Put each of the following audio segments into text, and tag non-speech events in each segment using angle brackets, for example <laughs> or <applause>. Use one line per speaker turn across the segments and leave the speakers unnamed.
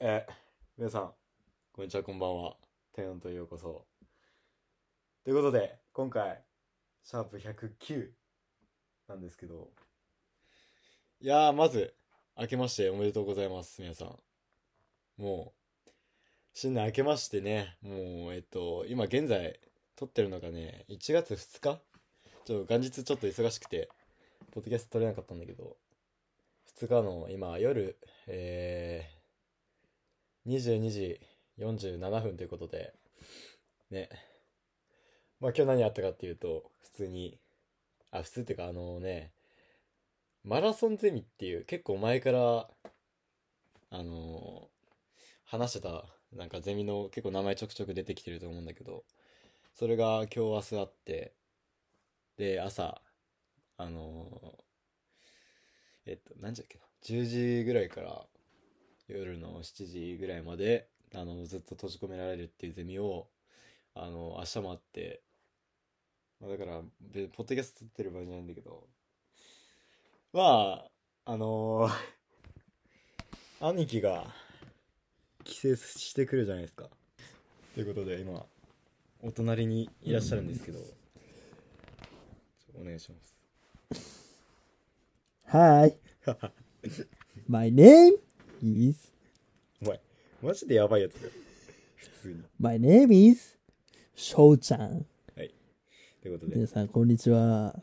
えー、皆さん、こんにちは、こんばんは。天音とようこそ。ということで、今回、シャープ109なんですけど、いやー、まず、明けましておめでとうございます、皆さん。もう、新年明けましてね、もう、えっと、今現在、撮ってるのがね、1月2日ちょっと元日ちょっと忙しくて、ポッドキャスト撮れなかったんだけど、2日の今夜、えー、22時47分ということで、ね。まあ今日何あったかっていうと、普通に、あ、普通っていうかあのね、マラソンゼミっていう結構前から、あの話してた、なんかゼミの結構名前ちょくちょく出てきてると思うんだけど、それが今日明日あって、で、朝、あのえっと、何時だっけな、10時ぐらいから夜の7時ぐらいまで、あの、ずっと閉じ込められるっていうゼミを、あの、明日もあって、まあ、だから、でポッドキャスト撮ってる場合じゃないんだけど、まあ、あの <laughs> 兄貴が帰省してくるじゃないですか。ということで、今、お隣にいらっしゃるんですけど、ちょお願いします。
Hi, <laughs> my name is
お前、マジでやばいやつだよ。普通に。
my name is しょうちゃん。
ということで
皆。さんこんにちは。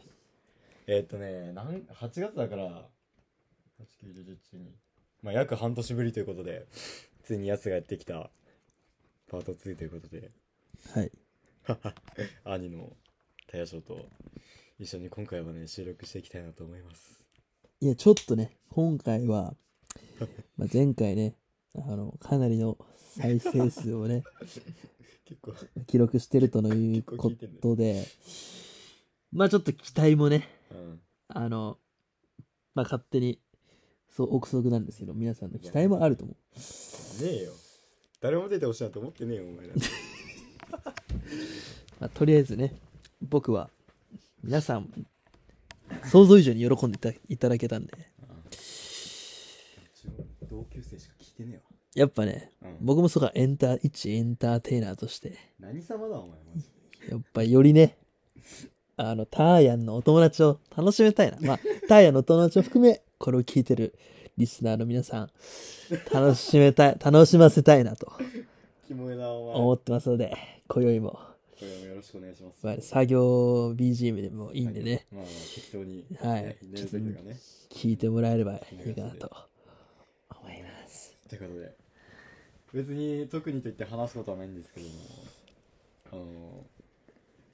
えーっとね、なん8月だから、8、9、10、11 12まあ、約半年ぶりということで、ついに奴がやってきたパート2ということで、
はい。
兄のタヤショウと一緒に今回はね、収録していきたいなと思います。
いやちょっとね今回は、まあ、前回ねあのかなりの再生数をね <laughs>
結構、
記録してるとのいう
結構
こ
聞いてんだよ
とで、まあちょっと期待もね
うん。
あのまあ勝手にそう憶測なんですけど皆さんの期待もあると思う。
ねえよ。誰も出てほしいなんて思ってねえよ、お前ら。
まあ、とりあえずね僕は皆さん想像以上に喜んでいたいただけたんで
同級生しか聞いてね
やっぱね
えわ。うん。
僕もそうかエンター一エンターテイナーとして
何様だ、お前、マジで。
やっぱよりねあのターヤンのお友達を楽しめたいなまあターヤンのお友達を含めこれを聞いてるリスナーの皆さん楽しめたい楽しませたいなと
キモいな、お
思
前。
ってますので今宵も、
これもよろしくお願いします。
まあ、作業 BGM でもいいんでね、
まあまあ適当に、
はい
ね寝るときとかね。
聞いてもらえればいいかなと思います
ということで、別に特にと言って話すことはないんですけども、あの、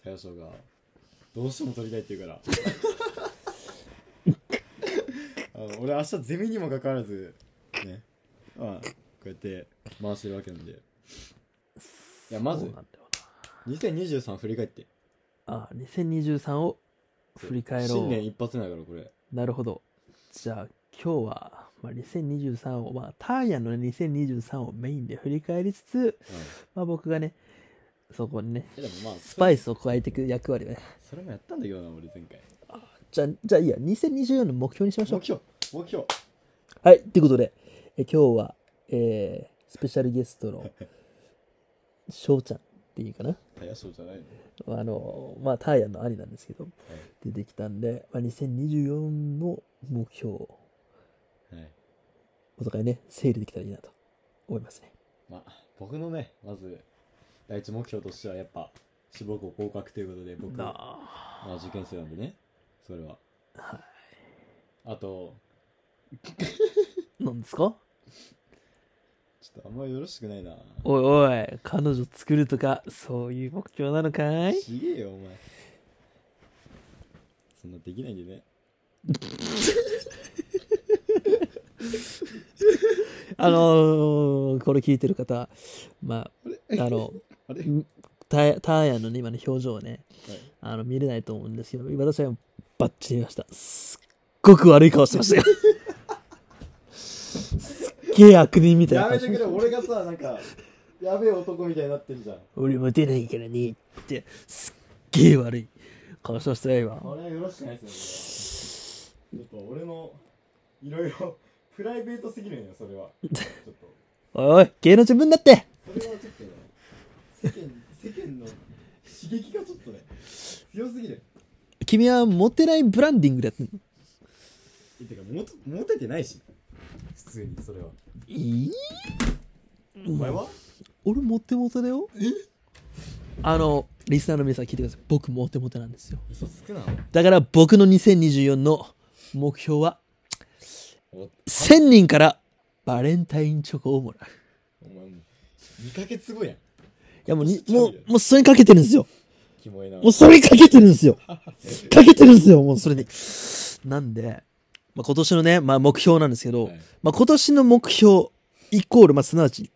太陽賞がどうしても撮りたいって言うから、あの俺明日ゼミにもかかわらず、ね、まあ、こうやって回してるわけなんで、いや、ま
そ
ず
うなんだよ
2023振り返って、
なあ2023を振り返ろう
新年一発目だからこれ、
なるほどじゃあ今日は、まあ、2023をまあターヤのね2023をメインで振り返りつつ、まあ、僕がねそこにね
えでもまあ
ス
それ
パイスを加えていく役割をね
それもやったんだけどな俺前回
じゃあじゃあいいや2024の目標にしましょう
目標目標
はいということでえ今日は、えースペシャルゲス
<laughs>
トの翔ちゃんっていいかな
太陽賞じゃないの
あのまあターヤの兄なんですけど出てきたんで、まあ、2024の目標
はい、はい
お互いね整理できたらいいなと思いますね
まあ、僕のね、まず、第一目標としては、やっぱ、志望校合格ということで、僕、ま
あ
あ、受験生なんでね、それは。
は
あと、
いなんですか
ちょっとあんまりよろしくないな。
おいおい彼女作るとかそういう目標なのかい
ちげえよ、お前。そんなできないんでね。
あのー、これ聞いてる方まああの
あれ、
んターヤターヤのね今の表情をね
はい
あの見れないと思うんですけど私はバッチリ見ましたすっごく悪い顔してましたよすっげえ悪人みたいな
や
顔
め
して
くれ、俺がさ、なんか、やべえ男みたいになってるじゃん。
俺も出ないからねってすっげえ悪い顔しましたよ今
あれはよろしくないですよ、ね。やっぱ俺の、いろいろ、プライベートすぎるんよ、それは。ちょっと。
おいおい、芸能自分だって
それはちょっとね、世間、世間の刺激がちょっとね、強すぎる。
君はモテないブランディングでやってんの
えてか、モテモテてないし。普通に、それは。
いい
お前は
俺モテモテだよあのリスナーの皆さん聞いてください僕モテモテなんですよ
嘘つくな。
だから僕の2024の目標は
お
1000人からバレンタインチョコをもらう
お前もう、2ヶ月後やん。
いやもうに
ちょ
も
いや
うもうそれにかけてるんですよ
キモいな。
もうそれにかけてるんですよかけてるんですよもうそれになんで、まあ、今年のね、まあ、目標なんですけど、
はい
まあ、今年の目標イコール、まあ、すなわち、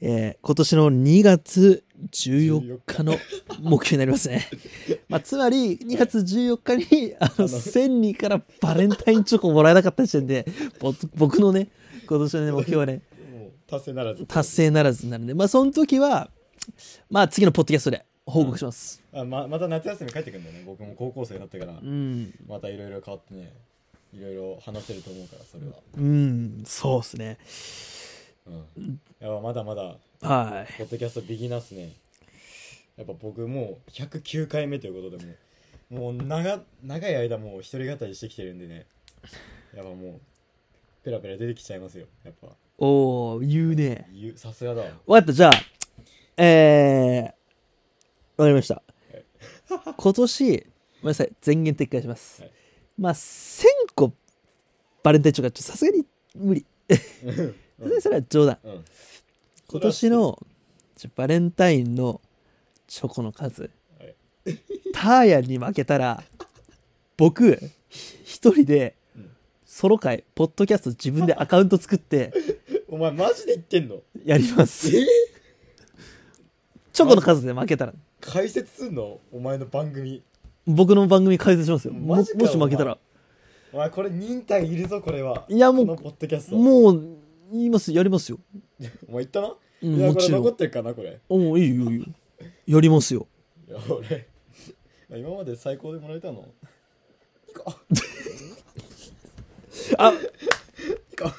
えー今年の2月14日の目標になりますね。
<laughs>
まあ、つまり、2月14日に、あの、1000人からバレンタインチョコもらえなかった時点で、ぼ僕のね、今年の、ね、目標はね、
もう、達成ならず。
達成ならずになるんで、まあ、その時は、まあ、次のポッドキャストで報告します。
あままた夏休み帰ってくるんだよね僕も高校生だったから
うん。
またいろいろ変わってねいろいろ話せると思うからそれは、
うん、そうですね。
うん、やっぱまだまだ
は
ポッドキャストビギナーっすねやっぱ僕もう109回目ということでもうもう長長い間もう一人語りしてきてるんでねやっぱもうペラペラ出てきちゃいますよやっぱ
い。おー、言うね。
言うさすがだわ
わかった、じゃあ、えー、わかりました。今年、ごめんなさい、全言撤回します。
はい
まあ、1000個バレンタインチョコはちょっとさすがに無 <laughs> 理。さすがにそれは冗談。
うん
今年のちょバレンタインのチョコの数
はい、
ターヤに負けたら、僕、ひ一人で
うん、
ソロ会、ポッドキャスト自分でアカウント作って
お前マジで言ってんの
やります。チョコの数で負けたら。
解説すんのお前の番組
僕の番組解説しますよ。も
マ
も
ジ
し
かよ
負けたら。
お前これ忍耐いるぞこれはい
やもう
このポッドキャスト
もう、言います、やりますよ。
お前言ったな、
うん
いや
も
これ
ちろ
残
ん
っ。てるかなこれ
おういいよ、いいよ。やりますよ。
いや俺 <laughs> 今まで最高でもらえたのいいか
あ
いいか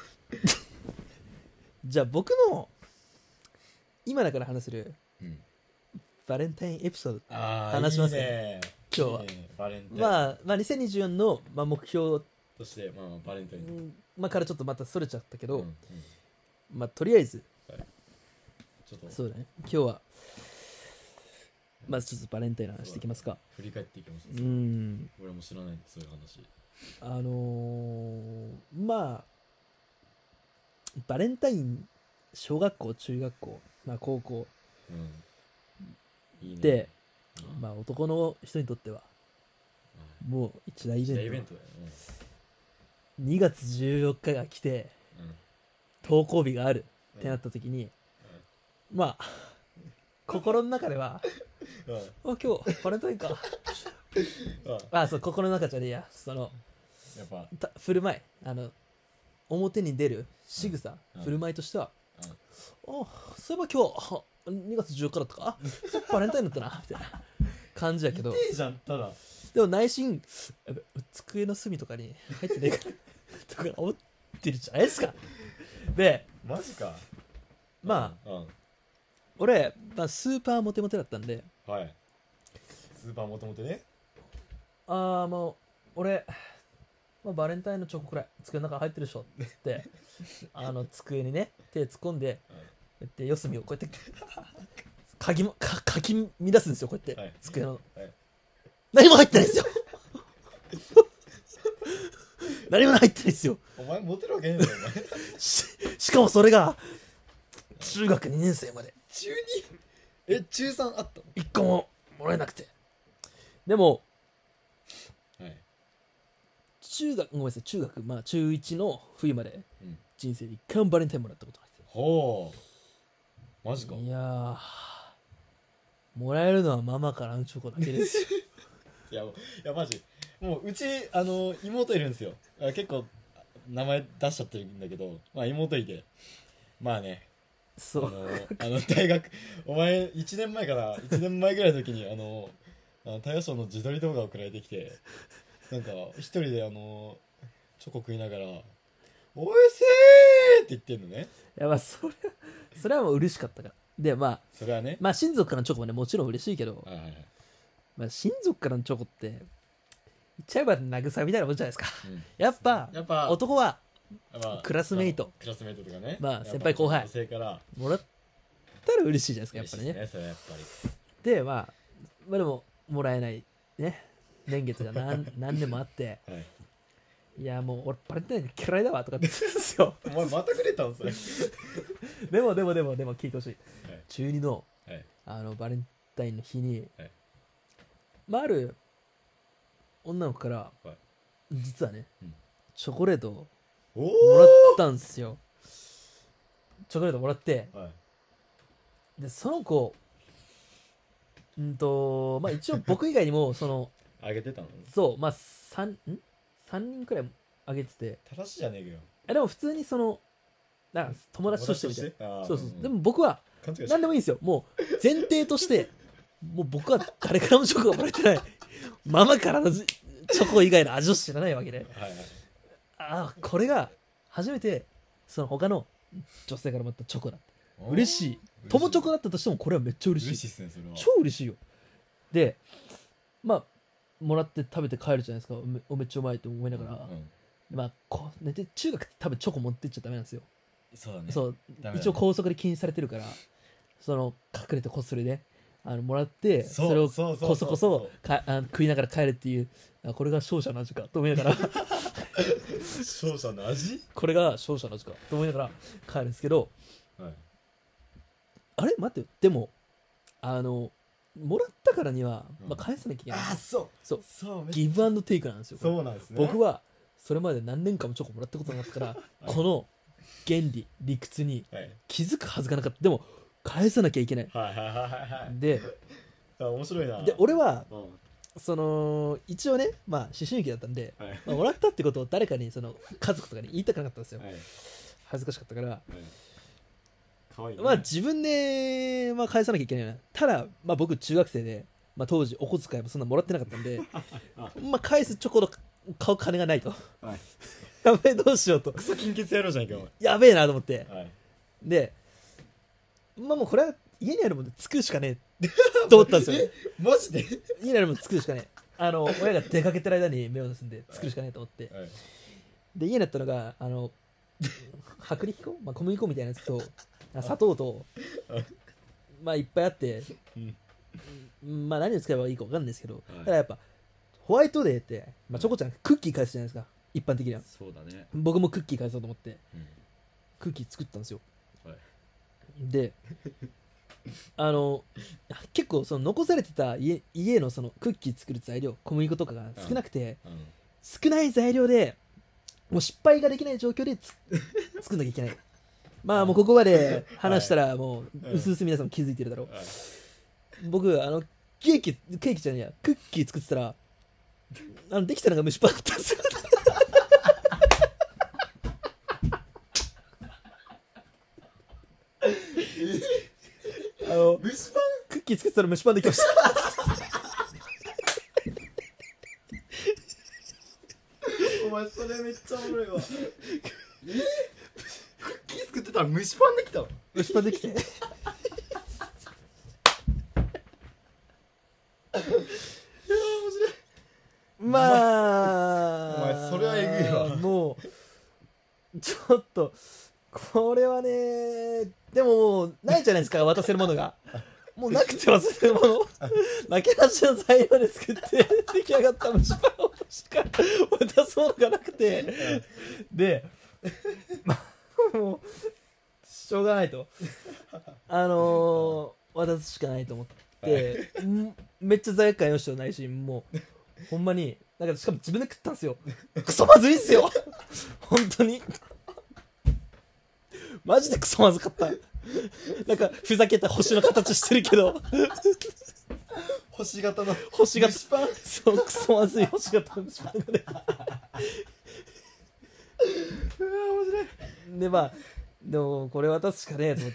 じゃあ僕の、今だから話せる
うん、
バレンタインエピソード。
あー
話しますね
いいね
今日はい
いねバレンタイン、
まあ、まあ、2024の、まあ、目標、
そして、まあ、バレンタイン
まあ、からちょっとまたそれちゃったけど、
うんうん
まあ、とりあえず、
ちょっと
そうだね。今日は、まずちょっとバレンタインの話していきますか。
振り返っていきます、
うーん。
俺も知らないそういう話
あのーまあバレンタイン小学校中学校、まあ、高校
うんいいね
で、
うん
まあ、男の人にとってはもう一大イ
一大イ
ベ
ベ
ン
ン
ト
トだよ、
2月14日が来て
うんうん
登校日があるってなった時に、まあ心の中では
うんうん
「あ今日バレンタインか」あそう心の中じゃねえやその
やっぱ
た振る舞いあの表に出る仕草、
うん
振る舞いとしては、あそういえば今日あ2月14日だったかあそうバレンタインだったなみたいな感じやけど
いいじゃんただ
でも内心やべ机の隅とかに入ってねえからとか思ってるじゃないですかで
マジか
まあ
あ、うん
俺、まあ、スーパーモテモテだったんで
はい。スーパーもともとね。
ああもう俺、まあ、バレンタインのチョコくらい机の中入ってるでしょっつって
<laughs>
あの机にね手突っ込んで
うん
で四隅をこうやってかぎもかかき乱すんですよこうやって、
はい
机の、
はい
何も入ってないですよ <laughs> 何も入ってないですよ
お前モテるわけねえんだよ、
<laughs>
お前。
ししかもそれが中学2年生まで
中二え、中三あっ
一個ももらえなくてでも
たはい。
中学ごめんなさい中学まあ中1の冬まで
うん。
人生で一回もバレンタインもらったことなくて
ほう。マジか。
いやーもらえるのはママからのチョコだけで
<laughs>
すよ
いや、もういやマジ。もう、うち、あの、妹いるんですよ。あ結構、名前出しちゃってるんだけど、まあ、妹いて。まあね、あ
そう
の、あの大学、お前、1年前から、1年前ぐらいの時に、あの、あの太陽賞の自撮り動画を送られてきて、なんか、一人で、あの、チョコ食いながら、おいしいって言ってんのね。
やまあそれはそれはもう嬉しかったからでまあ
それはね。
まあ親族からのチョコもねもちろん嬉しいけど、
はいはいはい
まあ、親族からのチョコって言っちゃえば慰めみたいなもんじゃないですか
うん
やっぱ
やっぱ、
男は
まあ
クラスメイト。
クラスメイトとかね。
まあ
やっぱ
先輩後輩
女性から。
もらったら嬉しいじゃないですかや
嬉しい
っぱり
ですね、
ね
それはやっぱり。
でまあまあでももらえないね年月が何 <laughs> 何年もあって
はい
いやもう俺バレンタインが嫌いだわとかって言ってるんで
<laughs>
すよ
お前またくれたんそれ。
でもでもでもでも聞いてほしい、中2の
はい
あのバレンタインの日に、
はい
まあある女の子から、
はい
実はね、
うん
チョコレートを
お
もらっ
お
たんですよチョコレートもらって
はい。
でその子うんとま
<laughs>
あ一応僕以外にもその
あげてたの
そう、まあ、3, ん三人くらいあげてて、
正しいじゃねえかよ。
えでも普通にその、なんか友達としてみたい
な
な。そうそう。でも、僕は、
勘違いし
何でもいいんですよ。もう、前提として、もう僕は誰からもチョコがもらえてない。 <laughs> ママからのチョコ以外の味を知らないわけで。
はいはい。
ああ、これが、初めて、その他の女性からもらったチョコだ。嬉しい。友チョコだったとしても、これはめっちゃ嬉しい。
嬉しいっすね、それは。
超嬉しいよでまあもらって食べて帰るじゃないですかおめおめっちゃうまいと思いながら、
うん
まあこうねで中学って多分チョコ持ってっちゃダメなんですよ、
そうだね。
そう
ダメだね
一応校則で禁止されてるからその隠れてこっそりねあのもらって
そう
れを
そうそう
こそこ
そう
そかあの食いながら帰るっていうあこれが勝者の味かと思いな
<laughs>
がら
勝者の味
これが勝者の味かと思いながら帰るんですけど
はい。
あれ待ってでもあのもらったからには、まあ、返さなきゃいけない、
あ、そう。
そう
そう、めっち
ギブアンドテイクなんです
ゃ
よこれ
そうなんですね。
僕はそれまで何年間もチョコもらったことなかったから、この原理理屈に
はい。
気づくはずがなかったでも返さなきゃいけない
はいはいはいはいはい。
で
あ面白いな。
で俺は
うん。はい。
その一応ね、まあ、思春期だったんで、
はい。
まあ、もらったってことを誰かにその家族とかに言いたくなかったんですよ
はい。
恥ずかしかったから
かわいいね。
まあ自分で、まあ、返さなきゃいけないなただ、まあ、僕中学生で、まあ、当時お小遣いもそんなもらってなかったんでまあ返すチョコの買う金がないと <laughs>
はい。
やべえどうしようと
クソ金欠野郎じゃないか、お
やべえなと思って
前。はい。
で、まあもうこれは家にあるもんで作るしかねえと思ったんですよね。
マジで
家にあるもん作るしかねえ。あの、親が出かけてる間に目を盗んで作るしかねえと思って。
はい。
で、家にあったのが、あの、薄力粉、まあ、小麦粉みたいなやつと、あ砂糖と
はい、
まあいっぱいあって、
うん
まあ何を使えばいいか分かんないですけど、
い
ただやっぱ、ホワイトデーって、まあ、チョコちゃんクッキー返すじゃないですか、一般的には。
そうだね。
僕もクッキー返そうと思って、
うん。
クッキー作ったんですよ。
はい。
であの結構その残されてた家家のそのクッキー作る材料小麦粉とかが少なくて、
うん。
少ない材料でもう失敗ができない状況で <laughs> つ作んなきゃいけないまあもうここまで話したらも
うん
う薄々皆さんも気づいてるだろう、
はい
僕あのケーキケーキじゃねえやクッキー作ってたらあのできたのが蒸しパンだったんですよ <laughs> あの
蒸しパ
クッキー作ってたら蒸しパンできました
ンお前それめっちゃおもろいわ。えクッキー作ってたら蒸しパンできたの
蒸しパンできてまあ
お前それはえぐいわ
もうちょっとこれはねでももうないじゃないですか渡せるものがもうなくて渡せるもの負けなしの材料で作って出来上がった蒸しパンをしか渡すものがなくてでまあもうしょうがないとあのー、渡すしかないと思って、んめっちゃ罪悪感よしとないしもうほんまにだからしかも自分で食ったんですよクソまずいっすよ本当にマジでクソまずかったなんかふざけた星の形してるけど
星型の。
星が
蒸しパン
そうクソまずい星が飛んでしまうのででまあでもこれ渡すしかねえと思っ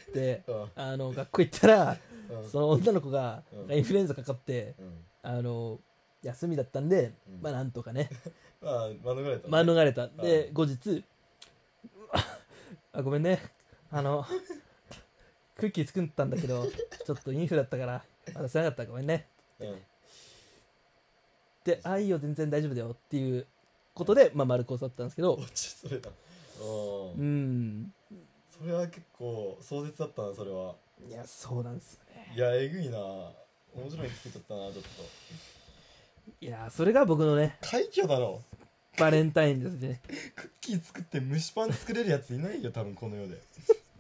て
うん
あの学校行ったら
うん
その女の子が
うん
インフルエンザかかって
うん
あの休みだったんで
うん
まあなんとかね
まあ、免れたね。
免れた
うん
で後日あごめんねあのクッキー作ったんだけどちょっとインフだったから渡せなかったごめんね
うん。
で「あいいよ全然大丈夫だよ」っていうことで、まあ、丸く教わったんですけど
落ちそれだ。
う
うん。
ん
それは結構壮絶だったな、それは。
いやそうなんですよね
いや、えぐいな。面白いの作っちゃったな、ちょっと。
いやそれが僕のね
快挙だろ。
バレンタインですね
クッキー作って蒸しパン作れるやついないよ、多分この世で。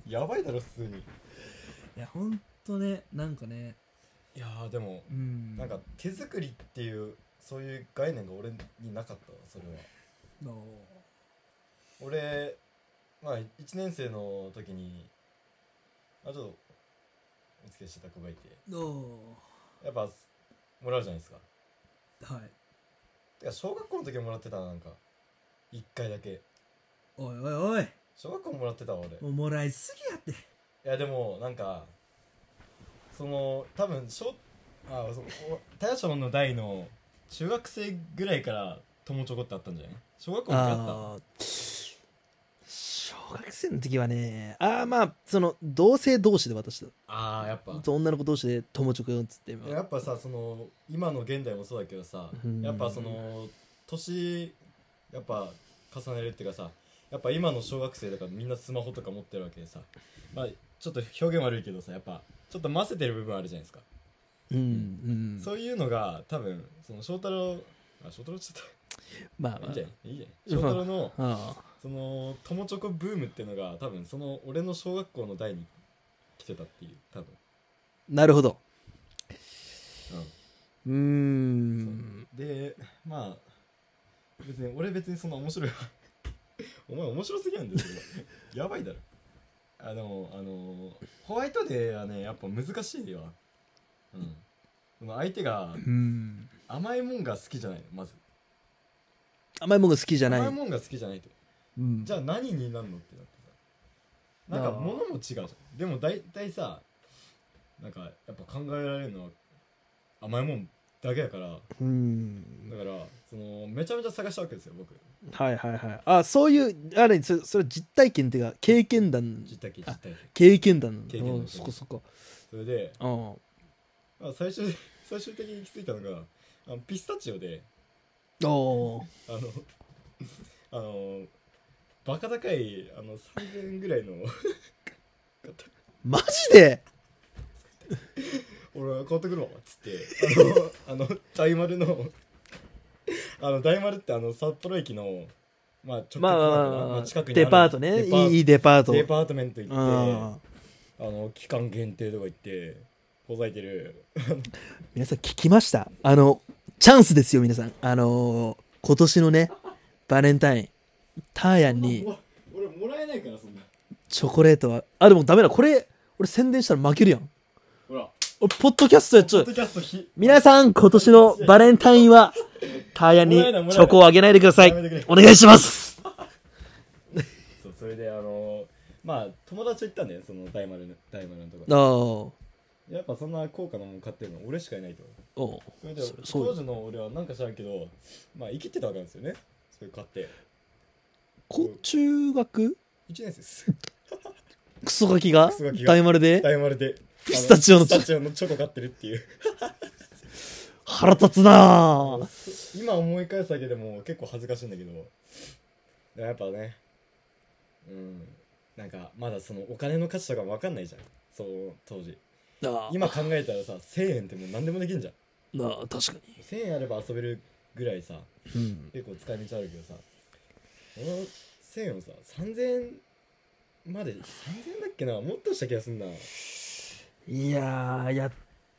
やばいだろ、普通に。
<laughs> いやほんとねなんかね
いやー、でも、
うん
なんか手作りっていう、そういう概念が俺になかったわ、それは。
の
俺、まあ、1年生の時に、あ、ちょっと、お付き合いしてた子がいて、
の
やっぱ、もらうじゃないですか。
はい
てか、小学校の時もらってたな、なんか。1回だけ。
おいおいおい
小学校もらってたわ、俺。
もうもらいすぎやって
いやでもなんかその多分しょあそうお大将の代の中学生ぐらいから友チョコってあったんじゃない小学校の時あっ
あー小学生の時はねああまあその同性同士で渡した
たああやっぱ
女の子同士で友直呼んつって今
やっぱさその今の現代もそうだけどさ
うん
やっぱその年やっぱ重ねるっていうかさやっぱ今の小学生だからみんなスマホとか持ってるわけでさまあちょっと表現悪いけどさやっぱちょっと混ぜてる部分あるじゃないですか
うんうん
そういうのが多分その翔太郎あ翔太郎ちょっと
まあ
い
ま
い
あ
じゃんいいじゃん翔太郎の
あ
その友チョコブームっていうのが多分その俺の小学校の代に来てたっていう多分
ーなるほどうー
うんそうでまあ別に俺別にそんな面白い <laughs> お前面白すぎなんですよそれ <laughs> やばいだろあでもあのホワイトデーはねやっぱ難しいわうんその相手が
うん
甘いもんが好きじゃないのまず
甘いものが好きじゃない
甘いもんが好きじゃないと
うん
じゃあ何になるのってなってさなんか物も違うじゃんでも大体さなんかやっぱ考えられるのは甘いもんだけやからだか
うん
らそのめちゃめちゃ探したわけですよ僕
はいはいはいあそういうあれそれそれは実体験っていうか経験談
実体験実体験
経験談なんだ
経験談
うんそこそこ
それで、
うん
まあ、最終的最終的に気づいたのがあのピスタチオで
おー
あのあのバカ高いあの3000円ぐらいの
マジで
俺買ってくるわっつってあのあの大丸のあの大丸ってあの札幌駅のまあ直接
まあまあ
なのかな
まあ
まあ近くにあ
デ
る
パートね
デパー
いいデパート
デパートメント行って
うん
あの期間限定とか行ってほざいてる
皆さん聞きましたあのチャンスですよ皆さんあのー今年のねバレンタインターヤンに
も俺もらえないからそんな
チョコレートはあでもダメだこれ俺宣伝したら負けるやん
ほら
おポッドキャストやっち
ポ
ゃ
ッ
う
ドキャストひ
皆さん今年のバレンタインはターヤンに
もらえないもらえない
チョコをあげないでください
やめてくれ
お願いします
そうそれであのまあ友達と行ったんだよその大丸の大丸のとこ
あー
やっぱそんな高価なもん買ってるの俺しかいないと
おう
それで
そそう
当
よ
時の俺はなんか知らんけどまあ生きてたわけなんですよねそれ買って
こ中学
1年生です
クソガキが
クソガキが
大丸で
大丸で
ピスタチオの
ピスタチオのチョコ買ってるっていう
腹立つなあ
今思い返すだけでも結構恥ずかしいんだけどでもやっぱねうんなんかまだそのお金の価値とか分かんないじゃんそう当時
あ
今考えたらさ1000円ってもう何でもできんじゃん
なあ確か
1000円あれば遊べるぐらいさ
に、うん、
結構使い道あるけどさこの1000円をさ3000円まで3000円だっけなもっとした気がすんない
やーやっ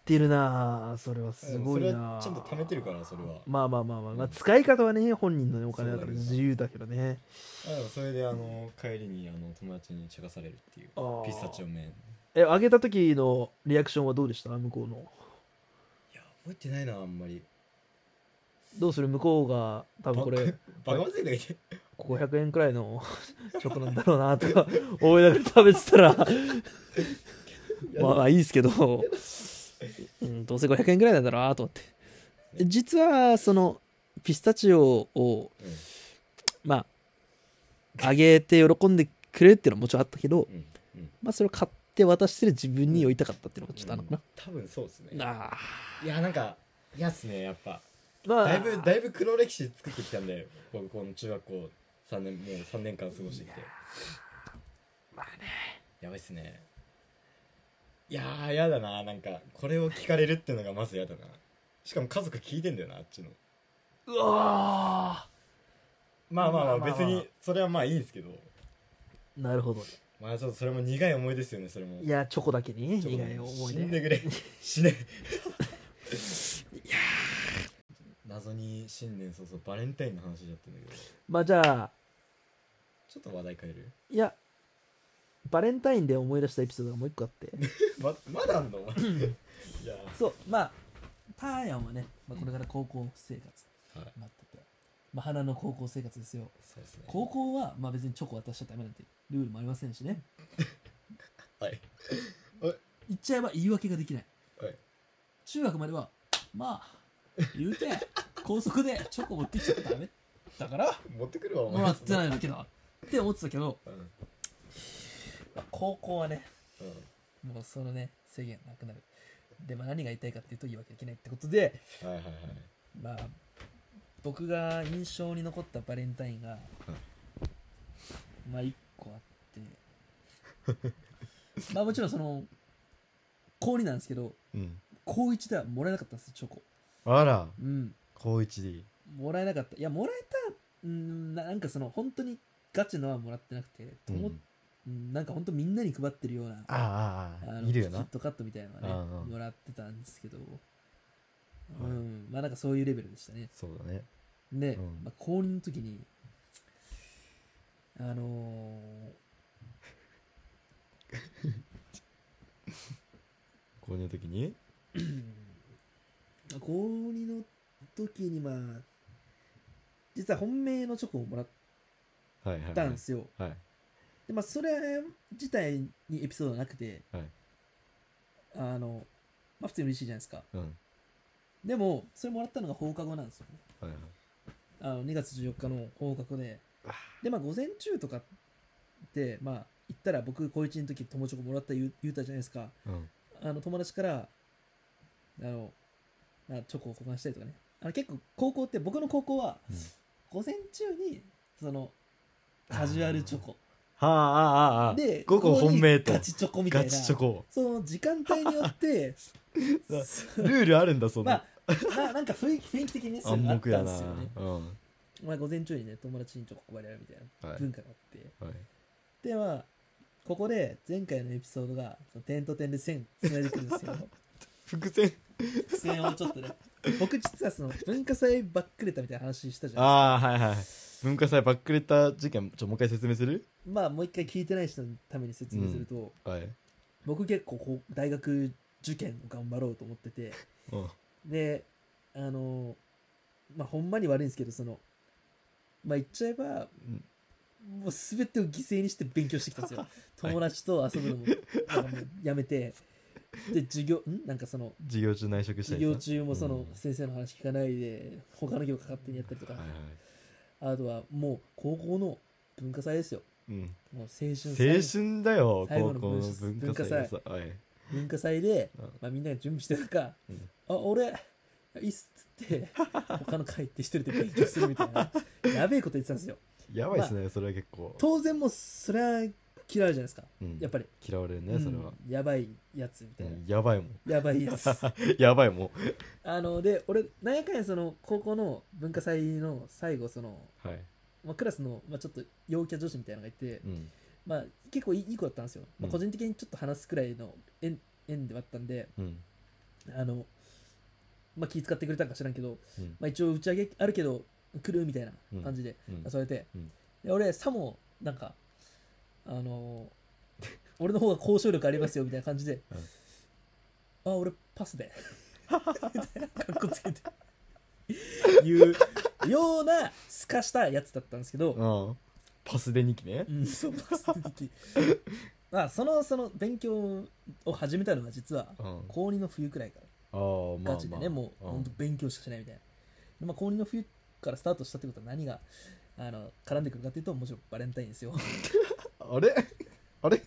てるなあそれはすごい
でもそれ
な
は
あ
ちゃんと貯めてるからそれは
まあまあまあまあ、まあ、使い方はね本人のねお金だから
そうだね
自由だけどね
あでもそれであの帰りにあの友達に茶化されるっていう
あー
ピスタチオ麺
えあげた時のリアクションはどうでした向こうの
いや覚えてないなあんまり
どうする向こうが多分これ
バカまずいだけで
500円くらいの <laughs> チョコなんだろうなとか思いながら食べてたらまあまあいいですけど、うん、どうせ500円くらいなんだろうなと思って実はそのピスタチオをまあ、あげて喜んでくれるっていうのはもちろんあったけど、
うんうん
まあ、それを買って渡してる自分に酔いたかったっていうのがちょっとあるのか
多分そうですね
な。ああ
いやなんか嫌っすねやっぱ
まあ <laughs>
だいぶだいぶ黒歴史作ってきたんで僕この中学校3年もう3年間過ごしてきて
まあね
やばいっすねいやーやだななんかこれを聞かれるってのがまずやだなしかも家族聞いてんだよなあっちの
うわ
まあまあまあ
まあまあまあ
別にそれはまあいいんですけど
ーなるほど
まあちょっとそれも苦い思いですよねそれも
いやチョコだけに
ちょっと
苦い思い
死んで
出
くれ死
<laughs>
ねいや謎に新年早々バレンタインの話になってんだけど
まあじゃあ
ちょっと話題変える
いやバレンタインで思い出したエピソードがもう一個あって
ままだあんのいや
<laughs> そうまあターヤンはね、まあ、これから高校生活
はい
待ってて、まあ、花の高校生活ですよ
そうですね
高校は、まあ、別にチョコ渡しちゃダメなんてルールもありませんしね
はい
言っちゃえば言い訳ができない
はい
中学まではまあ言うて <laughs> 高速でチョコ持ってきちゃダメだから
持ってくるわお前
もらってないんだけどって思ってたけど
うん、うん、
高校はねもうそのね制限なくなるで、まあ、何が言いたいかっていうと言い訳できないってことで
はいはいはい
まあ僕が印象に残ったバレンタインが、まあ一個あって <laughs> まあもちろんその高2なんですけど
うん
高1ではもらえなかったんですよチョコ
あら
うん
高一で
もらえなかったいやもらえたうんななんかその本当にガチのはもらってなくてとも、うんなんか本当みんなに配ってるような
あ
あのキットカットみたいなのはね
うんうん
もらってたんですけどう
はい
んまあなんかそういうレベルでしたね
そうだね
で、
うん
まあ、高2の時にあの
高二の時に
ーまあ高2の時にまあ実は本命のチョコをもらっ
はいはい
たんですよ、
はい
でまあそれ自体にエピソードはなくて、
はい
あのまあ普通に嬉しいじゃないですか
うん
でもそれもらったのが放課後なんですよね
はいはい
あの2月14日の放課後で
あ
でまあ午前中とかってまあ行ったら僕高1の時友チョコもらった言う言うたじゃないですか
うん
あの友達からあのまあチョコを交換したりとかねあの結構高校って僕の高校は
うん
午前中にそのカジュアルチョコ
はあああああ
で
午後本命と
ガチチョコみた
ガ
いな
チチョコ
その時間帯によって
<laughs> な
そう
ルールあるんだそん
<laughs> ま
な
あななんか雰囲気雰囲気的にそれ
暗
があっ
黙
た
や
ん
な
ですよね
うん
まあ午前中にね友達にチョコ配り合うみたいな
はい
文化があって、
はい
でまあここで前回のエピソードがその点と点で線つないでいくんですよ
<laughs> 伏線
伏線をちょっとね僕実はその文化祭ばっくれたみたいな話したじゃん
ああはいはい文化祭ばっくれた事件ちょもう一回説明する
まあもう一回聞いてない人のために説明すると、
はい
僕結構こう大学受験を頑張ろうと思ってて
うん
であのまあほんまに悪いんですけどそのまあ言っちゃえば
うん
もう全てを犠牲にして勉強してきたん
<laughs>
ですよ友達と遊ぶのもなんかもうやめてで授業んなんかその
授業中内職した
授
りさ
業中もその
うん
先生の話聞かないで他の業勝手にやったりとか
はいはい
あとはもう高校の文化祭ですよ
うん
もう青春
青
祭
春だよ
最後
高
の
校の
文
文化祭が
文化
さはい
文化祭で、
うん
まあ、みんなが準備してる中、
うん
あ俺いいっすっつって他の会行って一人で勉強するみた
<laughs>
いなやべえこと言ってたんですよ
やばいっすねそれは結構
当然もうそれは嫌うじゃないですか
うん
やっぱり、
嫌われるねそれは
うんやばいやつみたい
う
な、
んやばいもん <laughs>
やばいやつ
やばいもん
あので俺何やかんやその高校の文化祭の最後その
はい
まあ、クラスの、まあ、ちょっと陽キャ女子みたいなのがいて、
うん
まあ、結構いいいい子だったんですよ、ま
う
あ、
ん
個人的にちょっと話すくらいの縁縁ではあったんで
うん
あの、まあ、気遣ってくれたんか知らんけど、
うん
まあ、一応打ち上げあるけど来るみたいな感じで
うん
誘われて、
うん
で俺さもなんかあ
<laughs>
のー俺の方が交渉力ありますよみたいな感じで、あ俺パス
<laughs>
でみたいな格好つけて言うようなすかしたやつだったんですけど、
うんパスで2期ね
うん、そうパス出てきまあそのその勉強を始めたのは実は
うん
高2の冬くらいか
ああま
ら
あ
ガチで
ま
ね、
あ
もう
うん
本当勉強しかしないみたいな、でまあ、高2の冬からスタートしたってことは何があの絡んでくるかっていうともちろんバレンタインですよ <laughs>
ああれ <laughs> あれ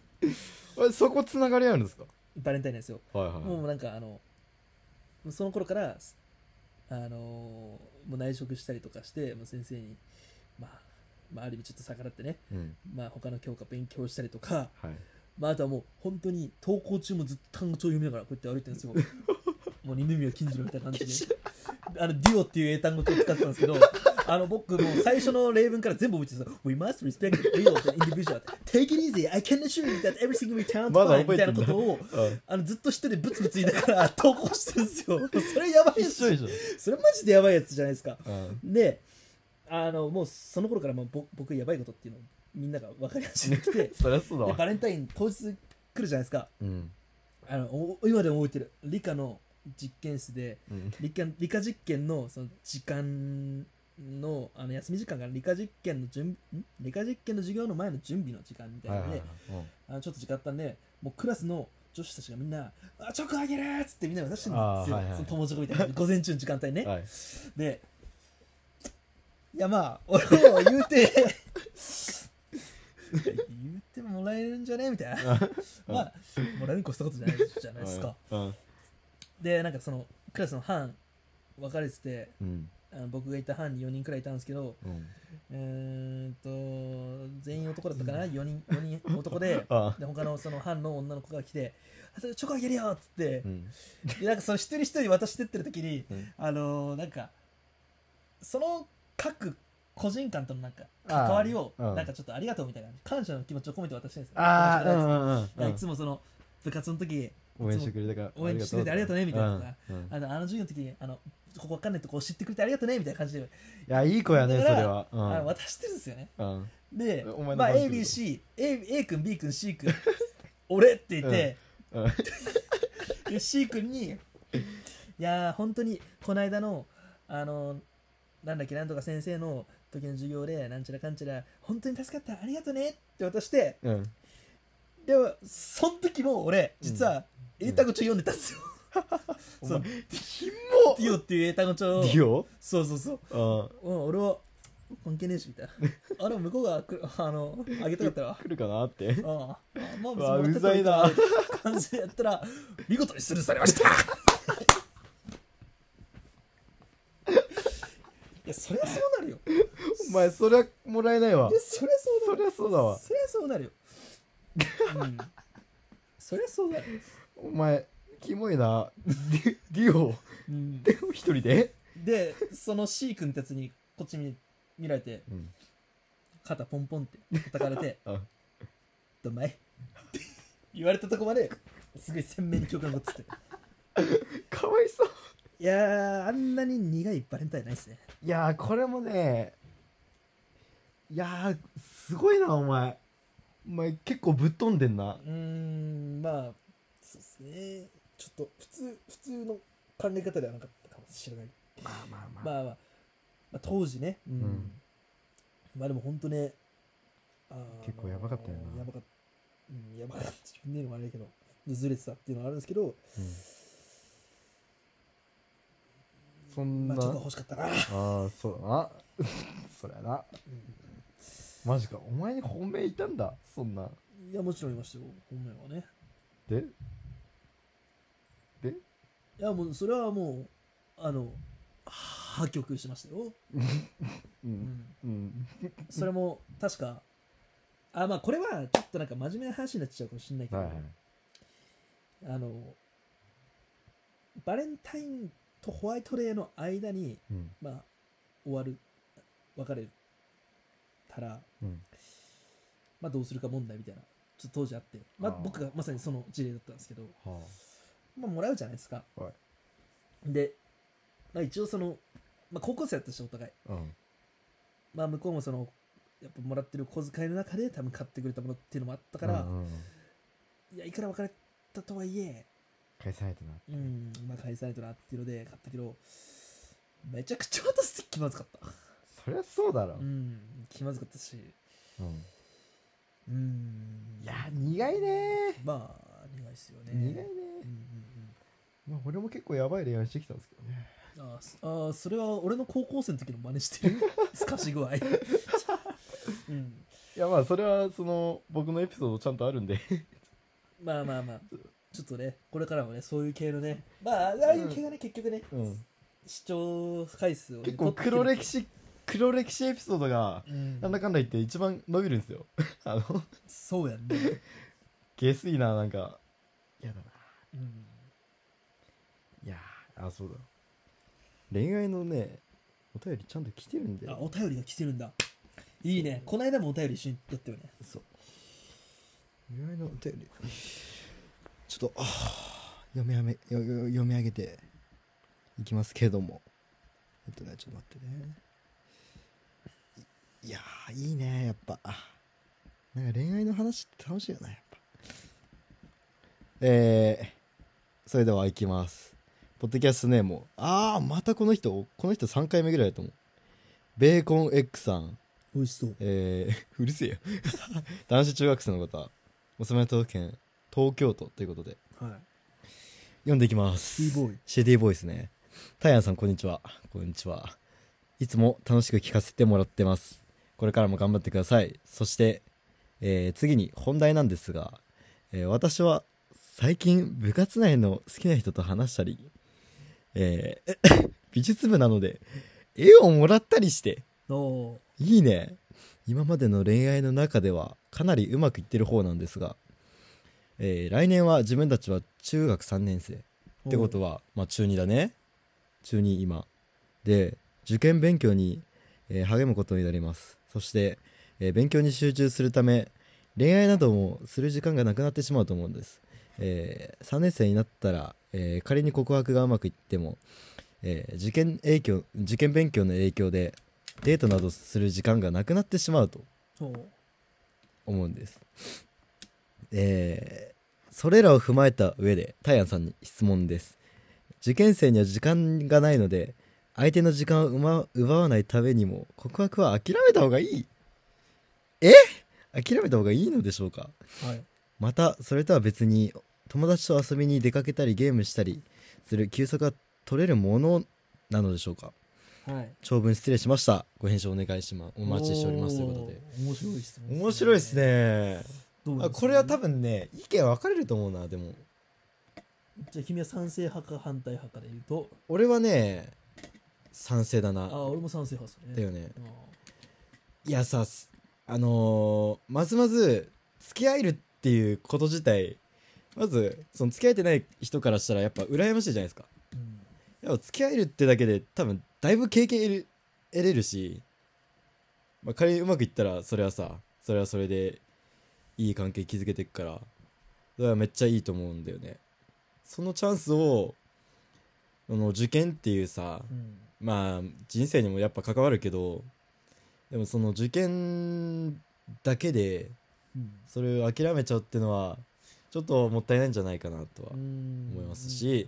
あれそこつながりあるんですか
バレンタインなんですよ。
はいはい
もうなんかあの、もうその頃から、すあのーもう内職したりとかして、もう先生に、まあ、まあ、ある意味ちょっと逆らってね、
うん
まあ、他の教科勉強したりとか、
はい
まあ、あとはもう本当に登校中もずっと単語帳読みながらこうやって歩いてるんですよ。もう二宮金次郎みたいな感じで。あのデュオっていう英単語帳使ってたんですけど、あの僕もう最初の例文から全部覚えてたんですよ。We must respect the real and individual. Take it easy. I can assure you that everything we turn
まだ覚
out fine. み
え
た
てんだ
いなことを。
あ
あのずっと一人でブツブツ言いながら投稿してるんですよ。それやばいっす
緒でしょ
それマジでやばいやつじゃないですか。
うん
で、あのもうその頃からまあぼ僕やばいことっていうのをみんなが分かり始めてきて、
そりゃそうだ
で
わ
バレンタイン当日来るじゃないですか。
うん
あのお今でも覚えてる。理科の実験室で、
うん
理科理科実験のその時間のあの休み時間から理科実験の準備ん理科実験の授業の前の準備の時間みたい
は
ないの
は
で、
いはい
あのちょっと時間あったんで、もうクラスの女子たちがみんな、あチョコあげるーっつってみんな渡してるん
あ
で
ー
すよ、
はいはい
その友チョコみたいな、午前中の時間帯ね。
うんはい
で、いやまあ、俺も言うて、 <laughs> 言うてもらえるんじゃねみたいな。まあ、もらえるに越したことじゃないじゃないですか。
うん
で、なんかそのクラスの班、分かれてて、
うん
あの僕がいた班に4人くらいいたんですけど、
うん
うーんと、全員男だったかな、4人、4人男で。
あ
で他のその班の女の子が来て「あそれチョコあげるよ」っつって
うん
でなんかその一人一人渡してってる時に、
うん
あのーなんかその各個人間とのなんか関わりを
あーうん
なんかちょっとありがとうみたいな感謝の気持ちを込めて渡してるんですよ
あー
あ
うんうんうん
いつもその部活の時
応援してくれたから
応援してくれてありがとうねみたいなのが
うんうんい
あのあの授業の時にあのここ分かんないとこ知ってくれてありがとうねみたいな感じで、
やいい子やねそ
だ
れ
から
はう
あの
ん
渡してるんですよね
うん
で
お前の
まあ
番組
ABC A, A 君 B 君 C 君 <laughs> 俺って言って、
うん
<laughs> で C 君に「いやー本当にこの間のあのなんだっけなんとか先生の時の授業でなんちゃらかんちゃら本当に助かったありがとね」って渡して
うん
でもその時も俺実は
うん
英単語帳読んでたんですよ。
お
そ
前
うデ
ひ
ィオっていう英単語帳を
ディオ
そうそうそう
うん
うん俺は関係ねえしみたいなあれ向こうがくるあのあげたかったわ
来るかなって
<laughs> ああまあ
うわ
別に
うざいな
もらってこいから感じでやったら見事にスルーされ
<laughs>
ましたいやそりゃそうなるよいや
お前そりゃもらえないわ
そりゃそう
そ
なる
りゃそうだわ
そりゃそうなるよ、うん、そりゃそうなる、
お前キモいなデュデュオ
うん、
でも一人で
でその C 君たちにこっち見見られて
うん
肩ポンポンって叩かれ
<laughs>
て
あ
「どんまい」って言われたとこまですごい鮮明に記憶が残ってて
かわいそう
いやーあんなに苦いバレンタインないっすね
いやーこれもねいやーすごいなお前お前結構ぶっ飛んでんな
うーんまあそうですねちょっと普通普通の考え方ではなかったかもしれない
まあまあ
まあまあ、まあ、当時ねうん、
うん
まあでも本当ねあー
結構やばかったよな
やばかった、うん、やばかった自分で言うのもあれだけどずれてたっていうのはあるんですけど、
うんそん
ま
な、
あ、ちょっと欲しかったな、うん
ああそうだなそりゃなマジかお前に本命いたんだそんない
やもちろんいましたよ本命はね
でで
いやもうそれはもうあの破局しましたよ、
う
うんん
うん
それも確かあまあこれはちょっとなんか真面目な話になっちゃうかもしれないけど、
はいはい
あのバレンタインとホワイトデーの間に、
うん
まあ、終わる別れたら、
うん
まあ、どうするか問題みたいなちょっと当時あって、まあ
あ、ー
僕がまさにその事例だったんですけど、
は
まあ、もらうじゃないですか、
は
で、まあ、一応その、まあ、高校生だったしお互い
あうん
まあ向こうもそのやっぱもらってる小遣いの中で多分買ってくれたものっていうのもあったから、
うんうん
いやいくら別れたとはいえ
返さないとな
うんまあ返さないとなっていうので買ったけどめちゃくちゃ渡すって気まずかった
そりゃそうだろ
うん気まずかったし
うん
うん
いや苦いね
まあ苦いっすよね
苦いね
うん
まあ俺も結構やばい恋愛してきたんですけどね
うんうんあーそあー <laughs> それは俺の高校生の時の真似してる透かし具合うん
いいやまあそれはその僕のエピソードちゃんとあるんで
まあまあまあ、ちょっとね、これからもね、そういう系のね、まあ、ああいう系がね、結局ね、
うん
視聴回数をね、
結構
取って
黒歴
くる
史黒歴史エピソードが
と。うん
なんだかんだ言って一番伸びるんですよ <laughs> あの
そうやんね。
下水ななんかやだな
うん
いやーあそうだ恋愛のねお便りちゃんと来てるんだ
あ、
よ
お便りが来てるんだ。いいね。この間もお便り一緒にやったよね。
そう恋愛のお便りちょっとあー読み上げよよ読み上げていきますけれどもえっとねちょっと待ってねいいやーいいねやっぱなんか恋愛の話って楽しいよねやっぱえー、それではいきますポッドキャストネームああまたこの人この人3回目ぐらいだと思うベーコンエッグさん
美味しそう。
えー、う <laughs> るせえよ男子中学生の方お住まいの都道府県東京都ということで
は
読んでいきます
シティボーイ
シティボーイですねタイヤンさんこんにちはこんにちはいつも楽しく聞かせてもらってますこれからも頑張ってくださいそして、えー次に本題なんですが、えー私は最近部活内の好きな人と話したり、えー <laughs> 美術部なので絵をもらったりして
い。おー
いいね今までの恋愛の中ではかなりうまくいってる方なんですが、えー来年は自分たちは中学3年生ってことは、まあ、中2だね中2今で受験勉強に、えー励むことになりますそして、えー勉強に集中するため恋愛などもする時間がなくなってしまうと思うんです、えー3年生になったら、えー仮に告白がうまくいっても、えー受験影響受験勉強の影響でデートなどする時間がなくなってしまうと
おー
思うんです。えーそれらを踏まえた上で、タイアンさんに質問です。受験生には時間がないので、相手の時間を奪わ奪わないためにも、告白は諦めた方がいいえ諦めた方がいいのでしょうか
はい。
またそれとは別に友達と遊びに出かけたりゲームしたりする休息が取れるものなのでしょうか
はい。
長文失礼しましたご返信お願いしますお
お
待ちしておりますということで
ー。面白い質問。
面白いです。ね
どうなん
あ
です
こ
かね
れは多分ね意見分かれると思うなでも
じゃあ君は賛成派か反対派かで言うと、
俺はね賛成だ
ああ、
な
俺も賛成派で
だ
すね。
よね
あー
いやさすあのーまずまず付き合えるっていうこと自体まずその付き合えてない人からしたらやっぱ羨ましいじゃないですか
うん
やっぱ付き合えるってだけで多分だいぶ経験得る得れるし、まあ、仮にうまくいったらそれはさそれはそれでいい関係築けていくからそれはめっちゃいいと思うんだよねそのチャンスをあの受験っていうさ
うん
まあ人生にもやっぱ関わるけどでもその受験だけで
うん
それを諦めちゃうってのはちょっともったいないんじゃないかなとは
思
いますし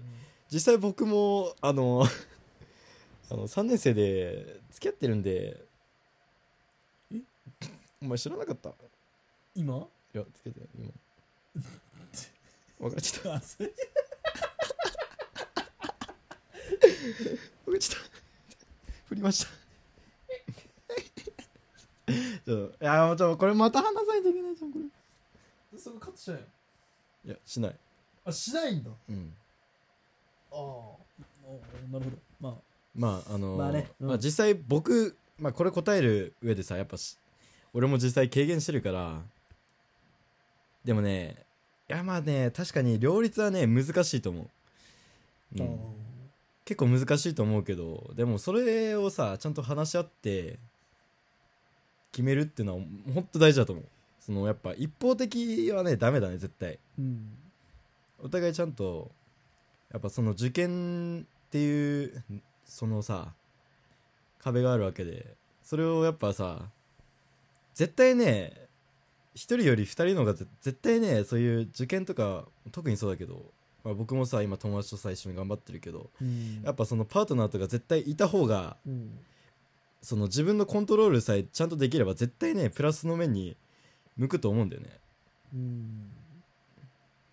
実際僕もあの <laughs> あの3年生で付き合ってるんで
え
お前知らなかったい
今 <laughs>
や付き合ってない今別れちゃった
あそれ
別れちゃった振りました <laughs> ちょっといやもうちょっとこれまた話さないといけないじゃんこれ
それカットしないの
いやしない
あしないんだあ
うん
あなるほどまあ
まああの
まあねうん
まあ、実際僕、まあ、これ答える上でさやっぱし俺も実際軽減してるからでもねいやまあね確かに両立はね難しいと思う、うん
あ
結構難しいと思うけどでもそれをさちゃんと話し合って決めるっていうのは本当大事だと思うそのやっぱ一方的はねダメだね絶対
うん
お互いちゃんとやっぱその受験っていうんそのさ壁があるわけでそれをやっぱさ絶対ね一人より二人の方がぜ絶対ねそういう受験とか特にそうだけど、まあ、僕もさ今友達とさ一緒に頑張ってるけど
うん
やっぱそのパートナーとか絶対いた方が
うん
その自分のコントロールさえちゃんとできれば絶対ねプラスの面に向くと思うんだよね
うん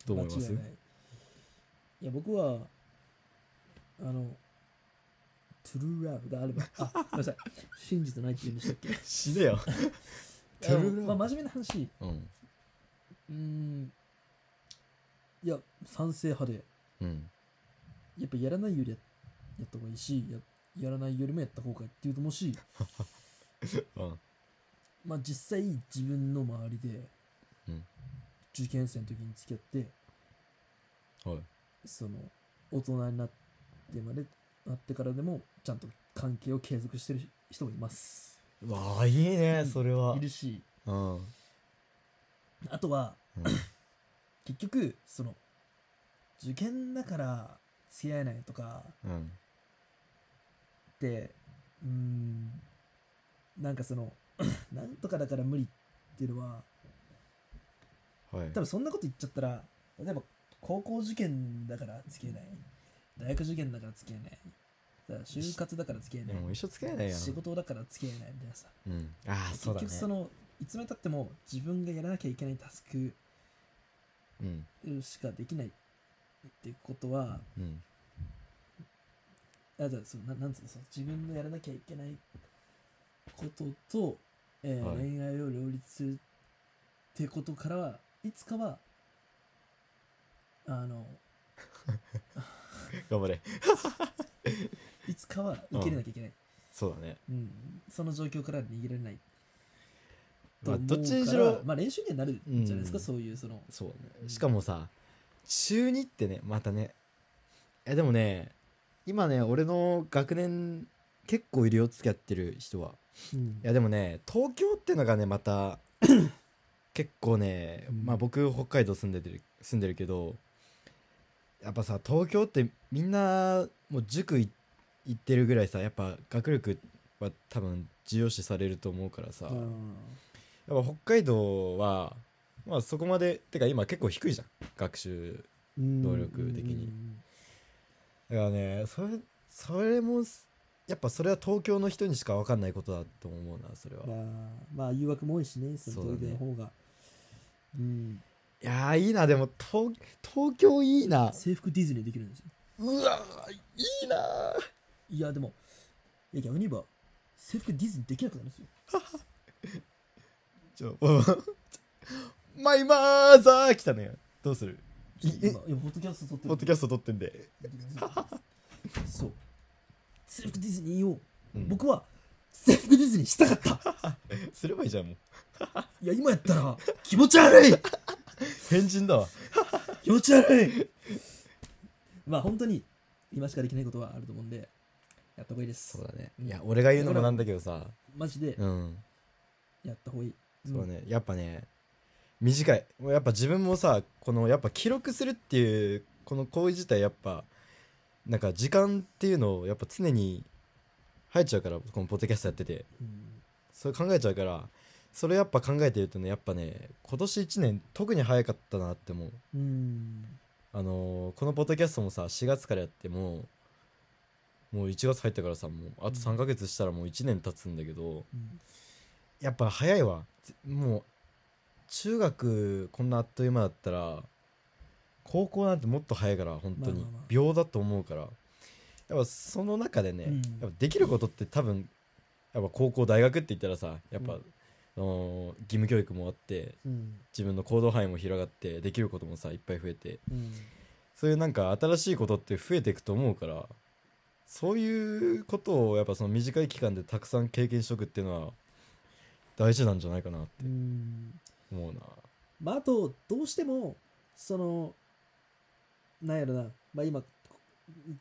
どう思います
間違いないいや僕はあの
<laughs>
<laughs> トゥルーラブがあればあごめんなさい真実ないって言うんでしたっけ
死ねよ <laughs> トゥルーラブ
まあ、真面目な話う
うん
ーんいや賛成派で
うん
やっぱやらないよりややった方がいいしややらないよりもやった方がいいっていうと思うし
うん
まあ実際自分の周りで、
うん
受験生の時に付き合って
はい
その大人になってまでなってからでもちゃんと関係を継続してる人もいます
うわあいいねそれはい
るし
うんうん
あとは <clears throat> 結局その受験だから付き合えないとか
うん
ってうーんなんかその <clears throat> なんとかだから無理っていうのは
はい
多分そんなこと言っちゃったら例えば高校受験だから付き合えない大学受験だから付き合えないだから就活だから付き合え
で
ない
も一緒つけないやん
仕事だから付き合えないみたいなさ
うんああ
結
そうだ
局
ね
そのいつまでたっても自分がやらなきゃいけないタスク
うん
しかできないってことは
うん
あじゃあそのななんつうのその自分のやらなきゃいけないことと、えー
はい
恋愛を両立するってことからはいつかはあの
頑張れ
いつかは生きれなきゃいけない、
そうだね
うんその状況から逃げられない
ま
と
あ
思う
ど
か
っ
ら、
ちにしろ
まあ、練習にはなるじゃないですか、
うん
そういうその
そうねしかもさ中2ってねまたねえでもね今ね俺の学年結構いるよ付き合ってる人は
うん
いやでもね東京ってのがねまた <coughs> 結構ね
うん
まあ僕北海道住んでてる住んでるけどやっぱさ東京ってみんなもう塾い行ってるぐらいさやっぱ学力は多分重要視されると思うからさ、
うん
やっぱ北海道はまあそこまでてか今結構低いじゃん学習能力的にだからねそれそれもやっぱそれは東京の人にしか分かんないことだと思うなそれは、
ま
い
あ、まあ誘惑も多いしねその時の方がう,、ん
やーいいなでも東東京いいな
制服ディズニーできるんですよ
うわーいいなー
いやでもいや逆に言えば制服ディズニーできなくなるんですよ
ちょ <laughs> マイマーザー来たねどうする
ちょっと
え
今今ホットキャスト撮ってる
ポッドキャスト撮ってんで、
そう制服ディズニーを、
うん
僕は制服ディズニーしたかった
すればいいじゃんもう
いや今やったら気持ち悪い
変人だわ
気持ち悪いまあ本当に今しかできないことはあると思うんでやった方がいいです
そうだねいや俺が言うのもなんだけどさ
マジで
うん
やった方がいい、
そうね、やっぱね短いもうやっぱ自分もさこのやっぱ記録するっていうこの行為自体やっぱなんか時間っていうのをやっぱ常に入っちゃうからこのポッドキャストやってて
うん
それ考えちゃうからそれやっぱ考えてるとねやっぱね今年1年特に早かったなって思う
うん
あのーこのポッドキャストもさ4月からやってもうもう1月入ったからさもうあと3ヶ月したらもう1年経つんだけど、
うん
やっぱ早いわぜもう中学こんなあっという間だったら高校なんてもっと早いから本当に、
まあまあまあ
秒だと思うからやっぱその中でね、
うん
やっぱできることって多分やっぱ高校大学って言ったらさやっぱ、
うん
あのー義務教育もあって
うん
自分の行動範囲も広がってできることもさいっぱい増えて
うん
そういうなんか新しいことって増えていくと思うからそういうことをやっぱその短い期間でたくさん経験しとくっていうのは大事なんじゃないかなって
うん
思うな
まあ、あと、どうしても、その、なんやろな、まあ今、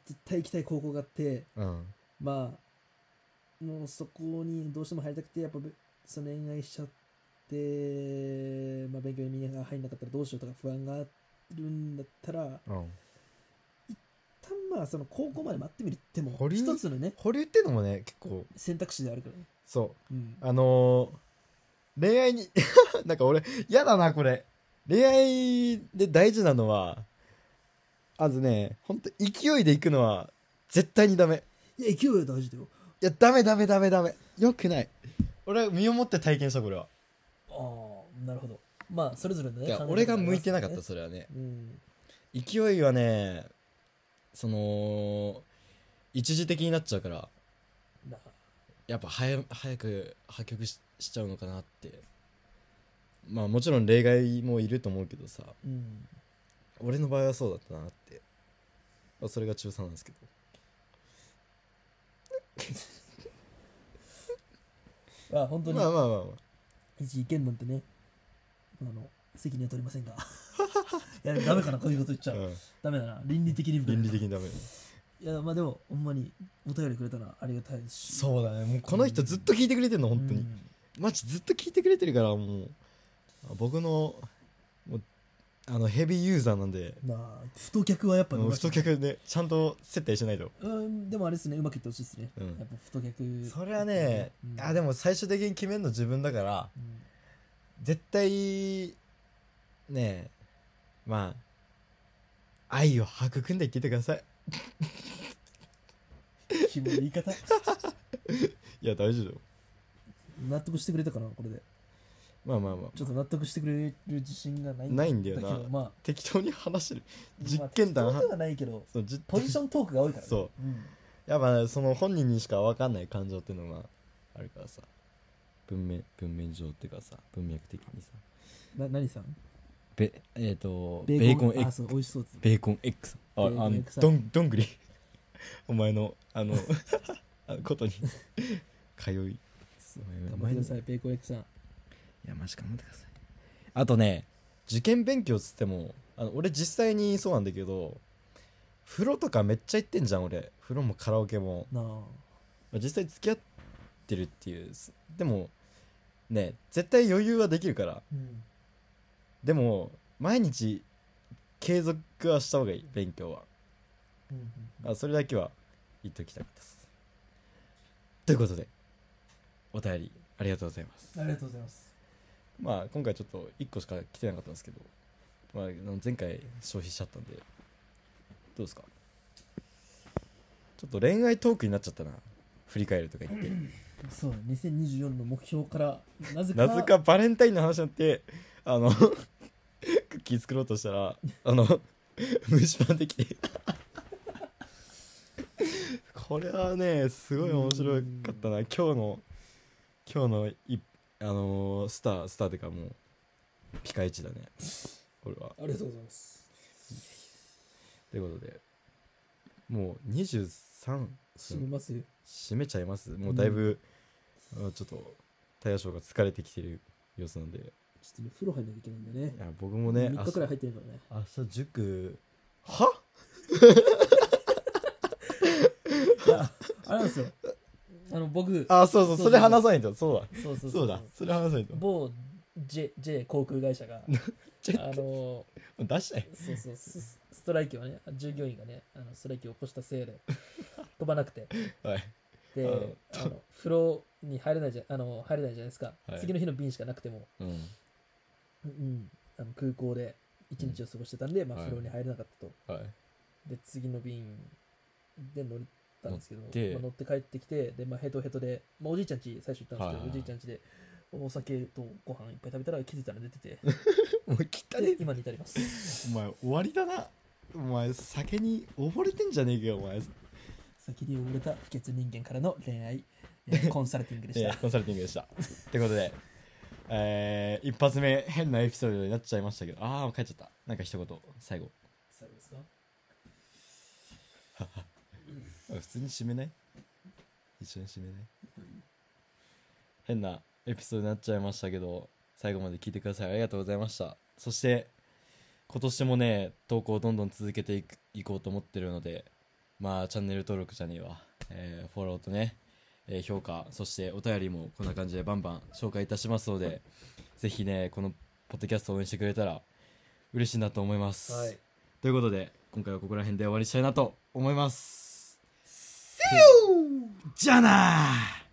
絶対行きたい高校があって、
うん
まあ、もうそこにどうしても入りたくて、やっぱ、その恋愛しちゃって、まあ勉強に身が入んなかったらどうしようとか不安があるんだったら、
うん
たまあその高校まで待ってみるっても
保、留
一つのね、
保留ってのもね結構
選択肢であるからね。
そ
うん
うあのー恋愛に <laughs> なんか俺嫌だなこれ恋愛で大事なのはまずねほんと勢いでいくのは絶対にダメ
いや、勢いは大事だよ。
いやダメダメダメダメよくない俺は身をもって体験したこれは
ああ、なるほど。まあ、それぞれのね、
いや
考え方
俺が向いてなかっ
あり
た
ます
それはね
からねうん。
勢いはねその一時的になっちゃうから
なあ
やっぱ早早く破局ししちゃうのかなってまあもちろん例外もいると思うけどさ
うん。
俺の場合はそうだったなって、まあ、それが中3なんですけど
まあ、本当に
まあまあまあ、ま
一意見なんてね、あの、責任は取りませんが。 <laughs> いや、ダメかな、こういうこと言っち
あ
ゃう。
うん
ダメだな、倫理的にも。
倫理的にダメ
いや、まあでも、ほんまにお便りくれたらありがたいし。
そうだねもうこの人ずっと聞いてくれてるの
うん、
本当に、マジずっと聞いてくれてるからもう僕のもうあのヘビーユーザーなんで
まあ、太客はやっぱ
もう
う
太
まく
客でちゃんと接待しないと
うん、でもあれですね、うまくいってほしいですね。
うん
やっぱ太客。
それはね、
うん
あでも最終的に決めるの自分だから
うん
絶対ねえまあ愛を育んでいっていってください
キモい言い方。
いや大丈夫だよ
納得してくれたかな、これで。
まあまあま
ちょっと納得してくれる自信がない
ないんだよな
けどまあ、
適当に話してる実験談、
まあ適当ではないけど、
そう実
ポジショントークが多いからね。
そう
うん。
やっぱねその本人にしか分かんない感情っていうのがあるからさ文面文面上っていうかさ文脈的にさ
な、何さん
べえっ、と
ベ
ベ
ー
ーコ
コン
ン
あ
X
そう美味しそうです
ベーコン X あ
ベ
あ
ーコン
の
X
どんどんぐり <laughs> お前のあの <laughs> あのことに通い
頑張ってくださいベーコンエクさん
いやマジ頑張ってくださいあとね受験勉強っつってもあの俺実際にそうなんだけど風呂とかめっちゃ行ってんじゃん俺風呂もカラオケも
なあ
まあ実際付き合ってるっていうすでもね絶対余裕はできるから
うん
でも毎日継続はした方がいい勉強は
うん
あそれだけは言っておきたかったですということでお便りありがとうございます
ありがとうございます
まあ今回ちょっと1個しか来てなかったんですけど、まあ、あの前回消費しちゃったんでどうですかちょっと恋愛トークになっちゃったな振り返るとか言って
そうだ2024の目標からなぜか
なぜかバレンタインの話になってあのクッキー作ろうとしたらあの蒸しパンできてこれはねすごい面白かったな今日の今日のいあのースタースターってかもうピカイチだねこれは
ありがとうございます
ということでもう23
締めますよ
締めちゃいますもうだいぶ、あのちょっと太陽賞が疲れてきてる様子なんで
ちょっとね風呂入んなきゃいけないんでね
いや僕もね
3日くらい
明
入ってるからね
日明日塾は
ああれなんですよあの僕
あそうそう
そうそう
それ話さないとそう
そうそ
だ
う
そうだそれ話さないと
某 J, J 航空会社 <laughs> が
ちょ
あの
出したい
そうそうスストライキをね従業員がねあのストライキを起こしたせ
<laughs>
いで飛ばなくて
はい
で
あ
あの風呂に入れないじゃあの入れないじゃないですか、
はい
次の日の便しかなくても、
うん
うん、あの空港で一日を過ごしてたんで、まあ、
はい
風呂に入れなかったと、
はい
で次の便で乗ったんですけど
乗って
まあ、乗って帰ってきてで、まあ、ヘトヘトで、まあ、おじいちゃんち最初行ったんですけど、
はいはいはい
おじいちゃんちでお酒とご飯いっぱい食べたら気づいたら寝
<laughs>
てて
もう切った
で今に至ります
<laughs> お前終わりだなお前酒に溺れてんじゃねえかよお前
先に溺れた不潔人間からの恋愛、えーコンサルティングでし
え
た、
ーコンサルティングでしたということでえー、一発目変なエピソードになっちゃいましたけどああ帰っちゃったなんか一言最後
最後ですか
あ普通に締めない一緒に締めない変なエピソードになっちゃいましたけど最後まで聞いてくださいありがとうございましたそして今年もね投稿をどんどん続けていくいこうと思ってるのでまあチャンネル登録じゃねえわ、えーフォローとね、えー評価そしてお便りもこんな感じでバンバン紹介いたしますのでぜひねこのポッドキャストを応援してくれたら嬉しいなと思います、
はい
ということで今回はここら辺で終わりにしたいなと思いますじゃあなー